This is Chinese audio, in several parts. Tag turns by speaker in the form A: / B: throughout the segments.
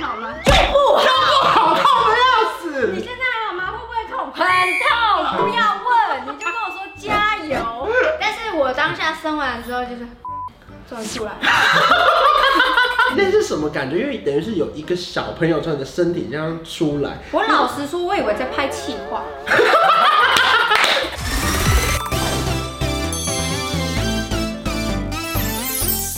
A: 好吗？
B: 就不好，
C: 好痛的要死
A: 你！现在还好吗？会不会痛？很痛，不要问，你就跟我说加油。但是我当下生完之后就是， 终于出来了。
C: 那是什么感觉？因为等于是有一个小朋友从你的身体这样出来，
A: 我老实说，我以为在拍气话。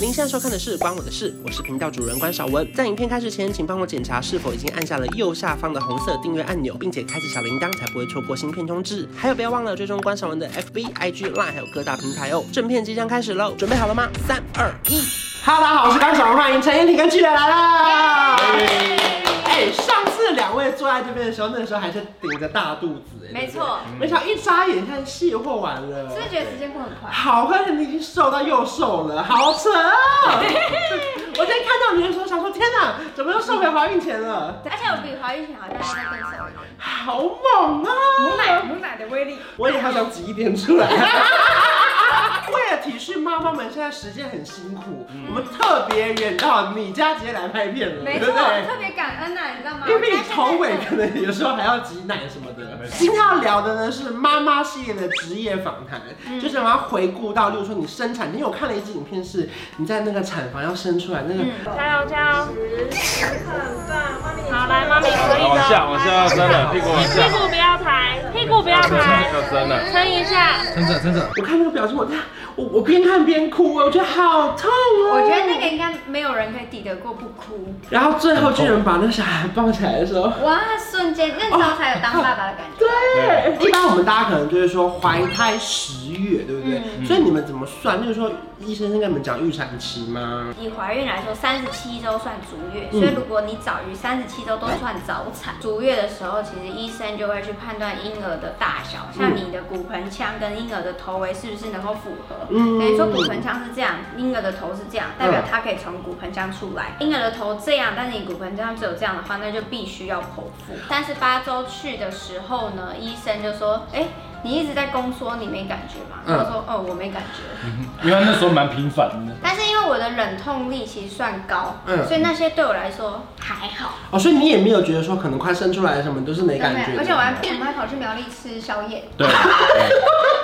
C: 您现在收看的是《关我的事》，我是频道主人关少文。在影片开始前，请帮我检查是否已经按下了右下方的红色订阅按钮，并且开启小铃铛，才不会错过新片通知。还有，不要忘了追踪关少文的 FB、IG、Line，还有各大平台哦。正片即将开始喽，准备好了吗？三、二、一。Hello，大家好，我是关少文，欢迎陈燕婷跟巨人来啦！哎、上次两位坐在这边的时候，那时候还是顶着大肚子，哎
A: 没错，
C: 没想到一眨眼，看卸货完了。
A: 是不是觉得时间过很快？
C: 好快，你已经瘦到又瘦了，好扯 哦！我今天看到你的时候，想说天哪，怎么又瘦回怀孕前了？
A: 而且我比怀孕前好像还在更瘦一点。
C: 好猛啊！
D: 母奶母奶的威力，
C: 我也好想挤一点出来。 为了体恤妈妈们现在时间很辛苦，我们特别远到你家直接来拍片了，
A: 没
C: 对
A: 错，
C: 不对？
A: 特别感恩啊呐，你知道吗？
C: 因为你头尾可能有时候还要挤奶什么的。今天要聊的呢是妈妈系列的职业访谈，就是我要回顾到，例如说你生产，因为我看了一支影片是你在那个产房要生出来那个，
D: 加油加油！好，来，妈咪可以
E: 往下，往下要伸了，屁股往
D: 屁
E: 下，
D: 股不要抬，屁股不要抬，
E: 要伸了，
D: 撑一下。
E: 撑着，撑着。
C: 我看那个表情，我看我我边看边哭，我觉得好痛哦。
A: 我觉得那个应该没有人可以抵得过不哭。
C: 然后最后居然把那小孩抱起来的时候。
A: 哇，瞬间那时候才有当爸爸的感觉。
C: 对， 一般我们大家可能就是说怀胎十月，对不对？
E: 嗯
C: 所以你们怎么算？就是说，医生是跟你们讲预产期吗？
A: 以怀孕来说，三十七周算足
C: 嗯
A: 月，所以如果你早于三十七周都算早产。足月的时候，其实医生就会去判断婴儿的大小，
C: 嗯
A: 像你的骨盆腔跟婴儿的头围是不是能够符合。
C: 嗯
A: 等于说骨盆腔是这样，婴儿的头是这样，代表他可以从骨盆腔出来。婴儿的头这样，但是你骨盆腔只有这样的话，那就必须要剖腹。三十八周去的时候呢，医生就说，哎、你一直在宫缩，你没感觉吗？
C: 嗯
A: 我说，哦，我没感觉。
E: 因为那时候蛮频繁的，
A: 但是因为我的忍痛力其实算高，
C: 嗯
A: 所以那些对我来说还好，
C: 哦，所以你也没有觉得说可能快生出来什么都是没感觉的，
A: 而且我还我还跑去苗栗吃宵夜。
E: 对，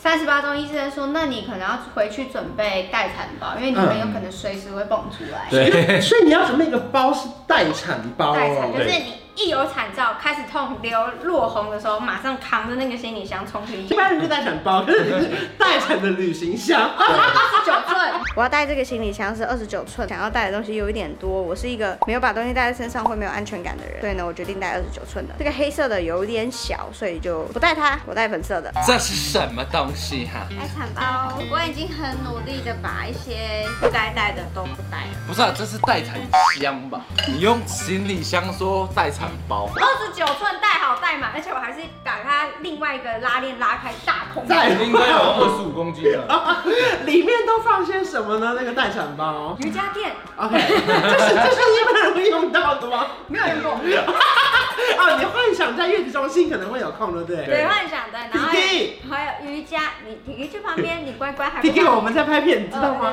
A: 三十八中医生说，那你可能要回去准备待产包，因为你很有可能随时会蹦出来。
E: 对，
C: 所以你要准备一个包是待产包
A: 待产就
C: 哦。
A: 是你一有产兆开始痛、流落红的时候，马上扛着那个行李箱冲去医
C: 一
A: 院。
C: 般人就待产包，可是你是待产的旅行箱。
A: 二十九寸，
F: 我要带这个行李箱是二十九寸，想要带的东西有一点多。我是一个没有把东西带在身上会没有安全感的人，所以呢，我决定带二十九寸的。这个黑色的有点小，所以就不带它，我带粉色的。
G: 这是什么东西哈、
F: 待产包，我已经很努力的把一些不该带的都不带了。
G: 不是、啊，这是待产箱吧？你用行李箱说待产包，
A: 二十九寸带好带满，而且我还是把它另外一个拉链拉开大空间。
C: 在
E: 应该有二十五公斤的。
C: 里面都放些什么呢？那个待产包
A: 瑜伽垫
C: ，OK，这是这是一般人会用到的吗？
A: 没有用过，
C: 哦，你幻想在月子中心可能会有空，对不对？
A: 对，幻想的，然后还有
C: 弟弟
A: 还有瑜伽，你弟弟去旁边，你乖 乖还不
C: 弟弟，我们在拍片，你知道吗？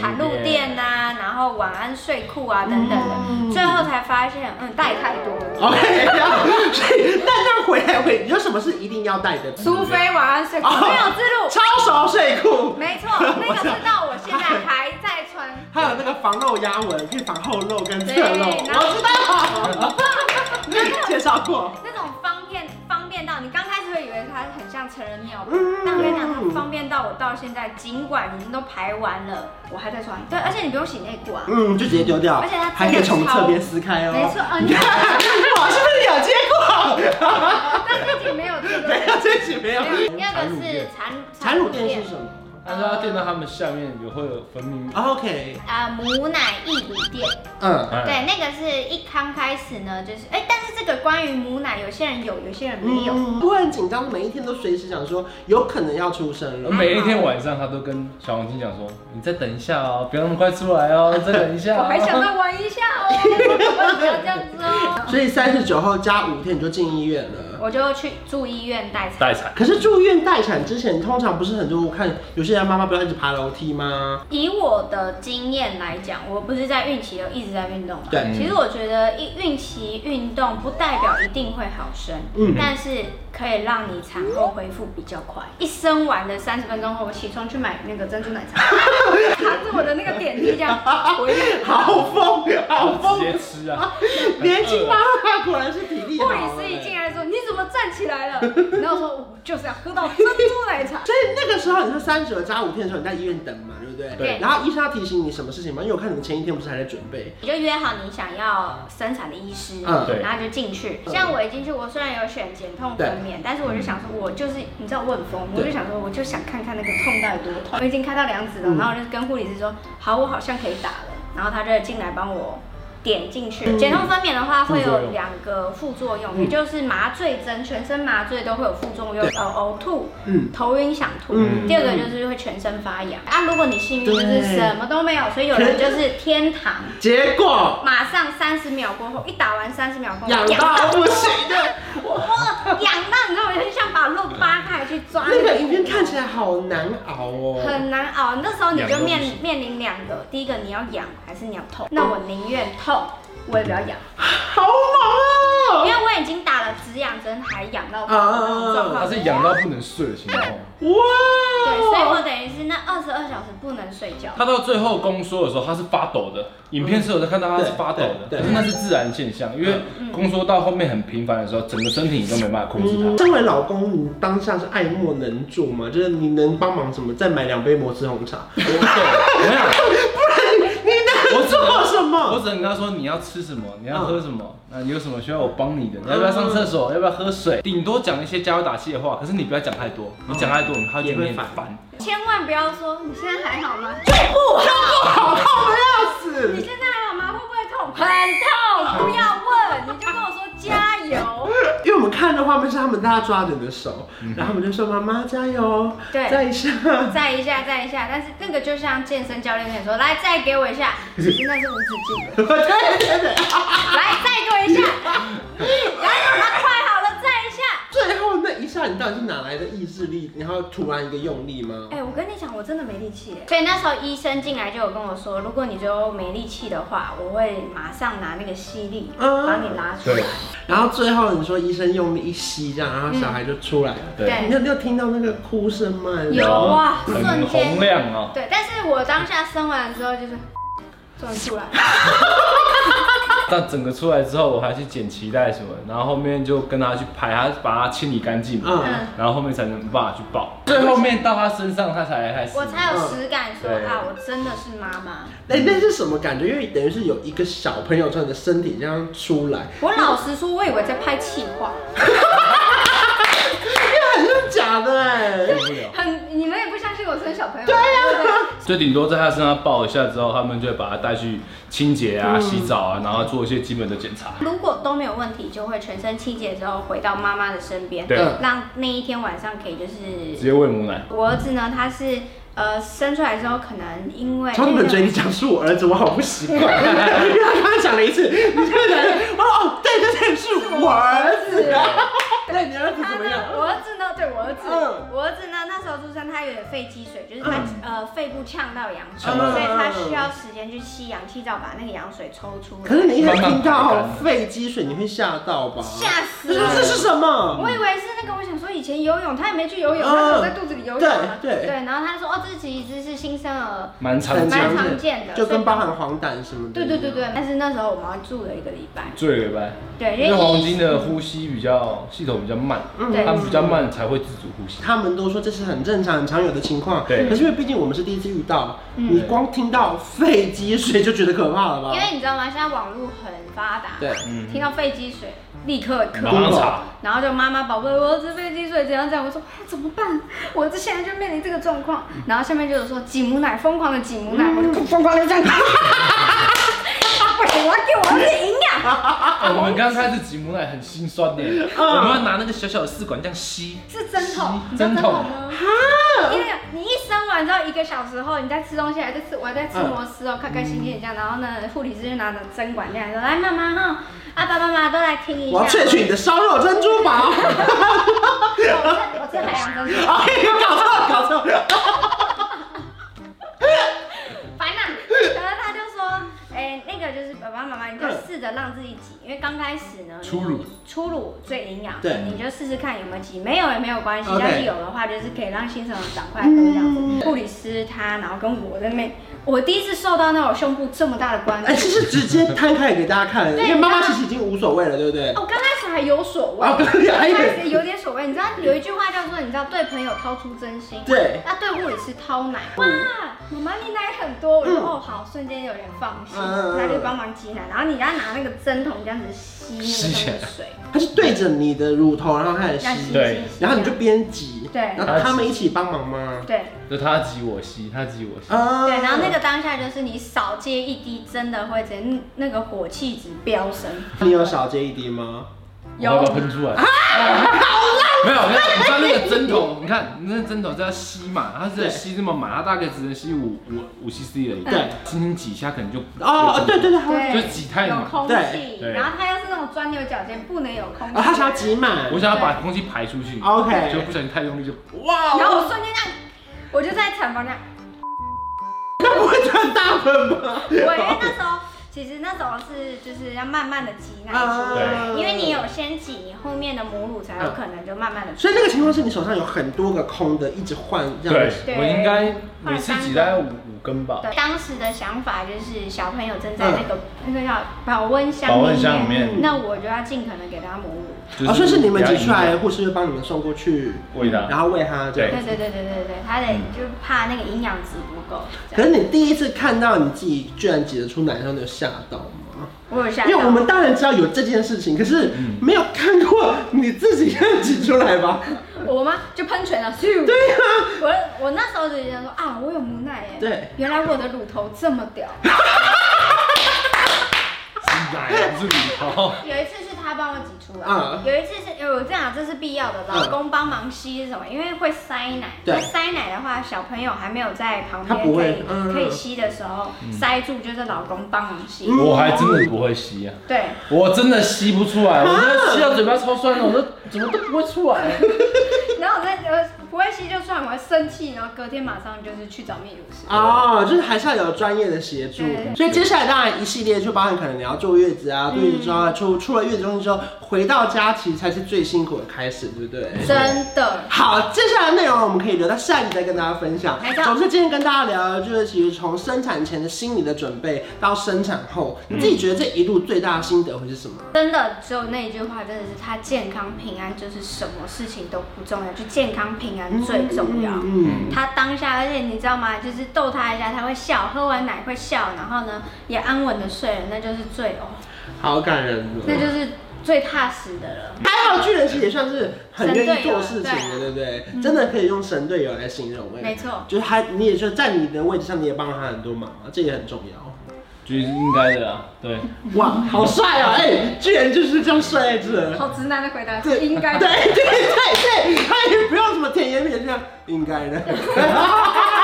A: 产褥垫呐，啊然后晚安睡裤啊等等的，最后才发现，嗯，带太多了。
C: OK，所以那那回来回，有什么是一定要带的？哦
A: 苏菲晚安睡裤没有之路，
C: 超熟睡裤，
A: 没错，那个是哦到我现 在还在穿。
C: 还有那个防漏压纹，可以防后漏跟侧漏，
A: 对然后
C: 我知道， 介绍过。
A: 那种方便方便到你刚开始会以为它很像成人尿布，
C: 嗯
A: 但我跟你讲，它方便到我到现在，尽管已经都排完了，我还在穿。对，而且你不用洗内裤啊。
C: 嗯，就直接丢掉，
A: 而且它真的
C: 还可以从侧边撕开哦。
A: 没错啊
C: 你看，我是不是有接过？
A: 哦但自己没有这个。
C: 没 有，这集没有。
A: 第二个是产
C: 产乳垫是什么
E: 但是它垫到他们下面有会有分泌，
C: 啊？OK，
A: 啊，母奶溢乳垫，
C: 嗯，
E: 哎，
A: 对，那个是一刚开始呢，就是哎、但是这个关于母奶，有些人有，有些人没有。
C: 嗯，不会很紧张，每一天都随时想说有可能要出生
B: 呃
E: 我
C: 了。
E: 每一天晚上他都跟小黄金讲说，你再等一下哦，不要那么快出来哦，再等一下。
A: 我还想。再 玩一下哦，我可不可以不要这样子哦。
C: 所以三十九号加五天你就进医院了。
A: 我就去住医院待产。
B: 待产。
C: 可是住院待产之前，通常不是很多，我看有些人妈妈不要一直爬楼梯吗？
A: 以我的经验来讲，我不是在孕期有一直在运动嘛。
C: 对
A: 其实我觉得孕孕期运动不代表一定会好生，
C: 嗯
A: 但是可以让你产后恢复比较快。一生完的三十分钟后，我起床去买那个珍珠奶 茶，扛着我的那个点滴这样回去。
C: 好疯，好
B: 直
C: 疯！
B: 接吃啊！
C: 年轻妈妈果然是体力好。
A: 护理师一进来说：“你怎么站起来了？”然后我说：“我就是要喝到珍珠奶茶。
C: 所以那个时候你是三十加五天的时候，你在医院等嘛，对不对？
A: 对
C: 然后医生要提醒你什么事情吗？因为我看你们前一天不是还在准备”
A: 你就约好你想要生产的医师，
C: 嗯
B: 对
A: 然后就进去。
C: 嗯
A: 像我一进去，我虽然有选减痛分娩，但是我就想说，我就是你知道我很疯，我
C: 对
A: 就想说，我就想看看那个痛到底多痛。我已经开到两指了，然后我就跟护理师说，好，我好像可以打了，然后他就进来帮我。点进去，减痛分娩的话会
B: 副作
A: 有
B: 用
A: 两个副作用，也就是麻醉针，全身麻醉都会有副作用，
C: 对
A: 呃，呕吐、
C: 嗯，
A: 头晕、想吐。
C: 嗯
A: 第二个就是会全身发痒啊，如果你幸运就是
C: 对
A: 什么都没有，所以有人就是天堂。
C: 结果
A: 马上三十秒过后，一打完三十秒过后，
C: 痒到不行的，
A: 哇，痒到你知道，我就想把肉扒开去抓
C: 那个影片看起来好难熬哦。
A: 很难熬。那时候你就面
B: 痒到不行
A: 面临两个，第一个你要痒还是你要痛？那我宁愿痛，我也不要痒，
C: 好猛
A: 因
C: 哦！
A: 为我已经打了止痒针，还痒到痛
C: 啊
A: 的那种状
E: 他
A: 况。
E: 是痒到不能睡的情况，
C: 哇
A: 对，所以我等于是那二十二小时不能睡觉。
B: 他到最后宫缩的时候，他是发抖的。影片是有在看到他是发抖的，
C: 嗯对对
B: 可是那是自然现象，因为宫缩到后面很频繁的时候，整个身体你都没办法控制它。
C: 嗯，身为老公，你当下是爱莫能助吗？就是你能帮忙什么？再买两杯摩斯红茶，
B: 对， 我 跟你讲，
C: 嗯你能做什
B: 我
C: 么？
B: 只能跟他说你要吃什么，你要喝什么，那你有什么需要我帮你的？
C: 嗯
B: 你要不要上厕所？要不要喝水？顶多讲一些加油打气的话，可是你不要讲太多，你讲太多，他就
C: 也会
B: 会很
C: 烦
B: 烦。
A: 千万不要说你现在还好吗？
C: 好痛的要
A: 你
C: 死！
A: 现在还好吗？会不会痛？很痛，不要问，你就跟我说加油。
C: 因为我们看的画面是他们大家抓着你的手，然后我们就说妈妈加油，
A: 对
C: 再一下。
A: 再一下，再一下，但是那个就像健身教练跟你说，来再给我一下，其实那是无止境的，
C: 对对对，
A: 来再给我 一下，来，啊快好了，再一下。
C: 最后那一下你到底是哪来的意志力？然后突然一个用力吗？
A: 哎、我跟你讲，我真的没力气耶。所以那时候医生进来就有跟我说，如果你最后没力气的话，我会马上拿那个吸力
C: 嗯
A: 把你拉出来
B: 啊对。
C: 然后最后你说医生用力一吸这样，然后小孩就出来了。你
A: 对，
C: 有你有听到那个哭声吗？
A: 嗯有啊，
B: 很
A: 瞬
B: 洪
A: 间。
B: 亮哦。
A: 对，但是我当下生完之后就是终于出来了。
B: 嗯但整个出来之后，我还去剪脐带什么，然后后面就跟他去拍，他把它清理干净嘛，
C: 嗯，
B: 然后后面才能有办法去抱。最后面到他身上，他才开始。
A: 我才有实感说
B: 对
A: 啊，我真的是妈妈。
C: 哎、那是什么感觉？因为等于是有一个小朋友从你的身体这样出来，
A: 我老实说，我以为在拍气话，
C: 哎很像假的哎、
B: 受不了，
A: 很你们也不相信我生小朋友，对呀、
B: 就顶多在他身上抱一下之后，他们就会把他带去清洁啊、洗澡啊，然后做一些基本的检查。
A: 如果都没有问题，就会全身清洁之后回到妈妈的身边，
B: 对，
C: 嗯
A: 让那一天晚上可以就
B: 直
A: 是
B: 接喂母奶。
A: 我儿子呢，他是呃生出来之后可能因为
C: 从你们嘴里讲是我儿子，我好不习 惯，因为他刚刚讲了一次，你就讲哦哦，对对对，是我儿 子。那你儿子
A: 他
C: 怎么
A: 呢
C: 样？，
A: 我儿子呢，对我儿子，
C: 嗯
A: 我儿子呢，那时候出生他有点肺积水，就是他、呃肺部呛到羊水，
C: 嗯
A: 所以他需要时间去吸氧气，罩把那个羊水抽出来。
C: 可是你一开始听
B: 慢
C: 到
B: 慢
C: 肺积水，你会吓到吧？
A: 吓死
C: 你说
A: 了！
C: 这是什么？
A: 我以为是那个，我想说以前游泳，他也没去游泳，
C: 嗯
A: 他只有在肚子里游泳啊。
C: 对对
A: 然后他就说哦，这其实是新生儿，
B: 蛮常见
A: 蛮
B: 的，
A: 常见的
C: 就跟包含黄疸什么的。
A: 对对对对。。但是那时候我们还住了一个礼拜，
B: 最礼拜，
A: 对，
B: 因为黄
A: 医
B: 金的呼吸比较系统比较慢，
A: 对
B: 它比较慢才会自主呼吸。
C: 他们都说这是很正常、很常有的情况，
B: 对
C: 可是因为毕竟我们是第一次遇到，你光听到肺积水就觉得可怕了吧？
A: 嗯因为你知道吗？现在网络很发达，
C: 对，
B: 嗯
A: 听到肺积水立刻
B: 马
A: 咳。
B: 上查，
A: 然后就妈妈宝贝，我儿子肺积水怎样怎样，我说哎怎么办？我儿子现在就面临这个状况。然后下面就是说挤母奶，
C: 嗯
A: 疯狂的挤母奶，我就
C: 疯狂的这样，
A: 不行，我要给我儿子营养。
B: 哎我们嗯刚开始挤母奶很心酸呢，我们要拿那个小小的试管这样吸，
A: 是针筒，你知
B: 吸
A: 道针
B: 针筒
A: 筒吗？因为你一生完之后一个小时后，你在吃东西还在吃，我还在吃摩斯哦，开开心心这样。然后呢，护理师就拿着针管这样说：“来，妈妈哈，啊爸爸妈妈都来听一下。”
C: 我要窃取你的烧肉珍 珠堡。
A: 我吃我吃海洋珍珠，
C: 哎呦，搞错了，搞错了。
A: 烦呐、然后他就说：“哎、那个就是爸爸妈妈，你就
C: 嗯
A: 试着让自己挤，因为刚开始呢，
B: 初乳
A: 初乳最营养，
C: 对
A: 你就试试看有没有挤，没有也没有关系
C: OK
A: 但是有的话就是可以让新生儿长快乐这样子。护理师他，然后跟我在那边，我第一次受到那种胸部这么大的关注
C: 哎，，其实直接摊开给大家看，因
A: 对
C: 为妈妈其实已经无所谓了，对不对？
A: 哦，刚开始还有所谓，
C: 啊
A: 刚
C: 对还有
A: 开始有点所谓。你知道有一句话叫做，你知道对朋友掏出真心，
C: 对嗯
A: 那对护理师掏奶。哇，妈妈你奶很多，我说哦好，瞬间有点放心，
C: 嗯嗯嗯
A: 他就帮忙挤奶，然后你要拿那个针筒这样子吸
B: 吸起
A: 那
B: 来
A: 个水，
C: 她是对着你的乳头，然后开始
A: 要吸
C: 吸，
B: 对
A: 吸吸，
C: 然后你就边挤，
A: 对
C: 然后他们一起帮忙吗？
A: 对
B: 就他挤我吸，他挤我吸。
C: 啊
A: 对，然后那个当下就是你少接一滴，真的会直接那个火气值飙升。
C: 你有少接一滴吗？
B: 我要把它喷出来。
C: 啊
B: 没有，没有，你知道那个针头，你看那针头在吸嘛，它只能吸这么满，它大概只能吸五五五 cc 而已。
C: 对，
B: 轻轻挤一下可能就
C: 哦，对对对，好。
A: 对，
B: 就挤太
A: 有
B: 满
A: 空
C: 对
A: 气，
B: 对
A: 然后它又是那种钻牛角尖，不能有空气。
C: 啊，他想要挤满
B: 我。想要把空气排出去
C: OK
B: 就不小心太用力就
A: 然后我瞬间这样，我就在产房这样，
C: 那不会转大喷吗？
A: 我因为那时候其实那时候是就是要慢慢的挤奶出来，
C: 对
A: 因为你有先挤，你后面的母乳才有可能就慢慢的。
C: 所以那个情况是你手上有很多个空的，一直换这样子。
A: 对
B: 我应该每次挤大概五五根吧。
A: 对，当时的想法就是小朋友正在那个、那个叫保温箱
E: 保温箱里
A: 面，
E: 面
A: 那我就要尽可能给他母乳。
B: 就
C: 哦，所以是你们挤出
B: 比较
C: 来，
B: 营
C: 护士会帮你们送过去，
E: 养味道。
C: 然后喂他这
A: 对
C: 样。
A: 对对对对对，他得就怕那个营养值不够。这
C: 嗯可
A: 样
C: 是你第一次看到你自己居然挤得出奶的时候，你有吓到吗？
A: 我有吓
C: 因为我
A: 到。
C: 们当然知道有这件事情，可是没有看过你自己看挤出来 吧？啊
A: 我妈就喷泉了，咻！对呀、我我那时候就觉得说啊，我有母奶耶，
C: 对，
A: 原来我的乳头这么 屌。
B: 挤奶不是乳头，
A: 有一次是他帮我挤出来，
C: 嗯
A: 有一次是，有我这样这是必要的，
C: 嗯
A: 老公帮忙吸是什么？因为会塞奶，
C: 对
A: 那塞奶的话，小朋友还没有在旁
C: 他
A: 边
C: 不
A: 可
C: 会
A: 以、
C: 嗯
A: 可以吸的时候，塞住就是老公帮忙吸，
C: 嗯
E: 我还真的不会吸啊，
A: 对，
B: 我真的吸不出来，我
C: 啊
B: 这吸到嘴巴超酸的，我都怎么都不会出来。啊
A: 然后我在呃不会吸就算，我会生气，然后隔天马上就是去找泌乳师。
C: 哦，就是还是要有专业的协助
A: 对。
C: 所以接下来当然一系列就包含可能你要坐月子啊，坐月子之后出出了月子中心之后，回到家其实才是最辛苦的开始，对不对？
A: 真的，
C: 好，接下来内容我们可以留到下一集再跟大家分享
A: 没。错
C: 总之，今天跟大家聊的就是，其实从生产前的心理的准备到生产后，你自己觉得这一路最大的心得会是什么？
A: 真的只有那一句话，真的是他健康平安就是什么事情都不重要，就健康平安最重要。
C: 嗯，
A: 他当下，而且你知道吗？就是逗他一下，他会笑，喝完奶会笑，然后呢也安稳的睡了，那就是最哦，
C: 好感人哦。
A: 那就是最踏实的了。
C: 还好巨人其实也算是很愿意做事情的，对不对？真的可以用神队友来形容，哎
A: 啊嗯没错
C: 就是他，你也就在你的位置上，你也帮了他很多忙，这也很重要。
B: 就是应该的啦，对。
C: 哇，好帅啊！哎、巨人就是这样帅着。
A: 哦好直男的回答，
C: 对
A: 应该
C: 对对对对，他也不用什么甜言蜜语，这样应该 的。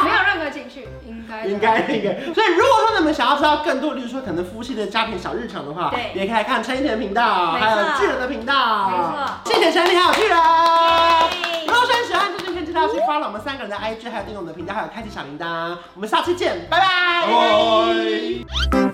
A: 没有任何情绪，应该的
C: 应该那个。所以如果说你们想要知道更多，例如说可能夫妻的家庭小日常的话，
A: 对
C: 也可以来看陈一田的频道，
A: 没错
C: 还有巨人的频道。
A: 没
C: 谢谢陈立还有巨人。
A: 耶
C: 如果说你喜欢这支片，记得要去 follow 我们三个人的 IG，还有订阅我们的频道，还有开启小铃铛。我们下期见，拜拜。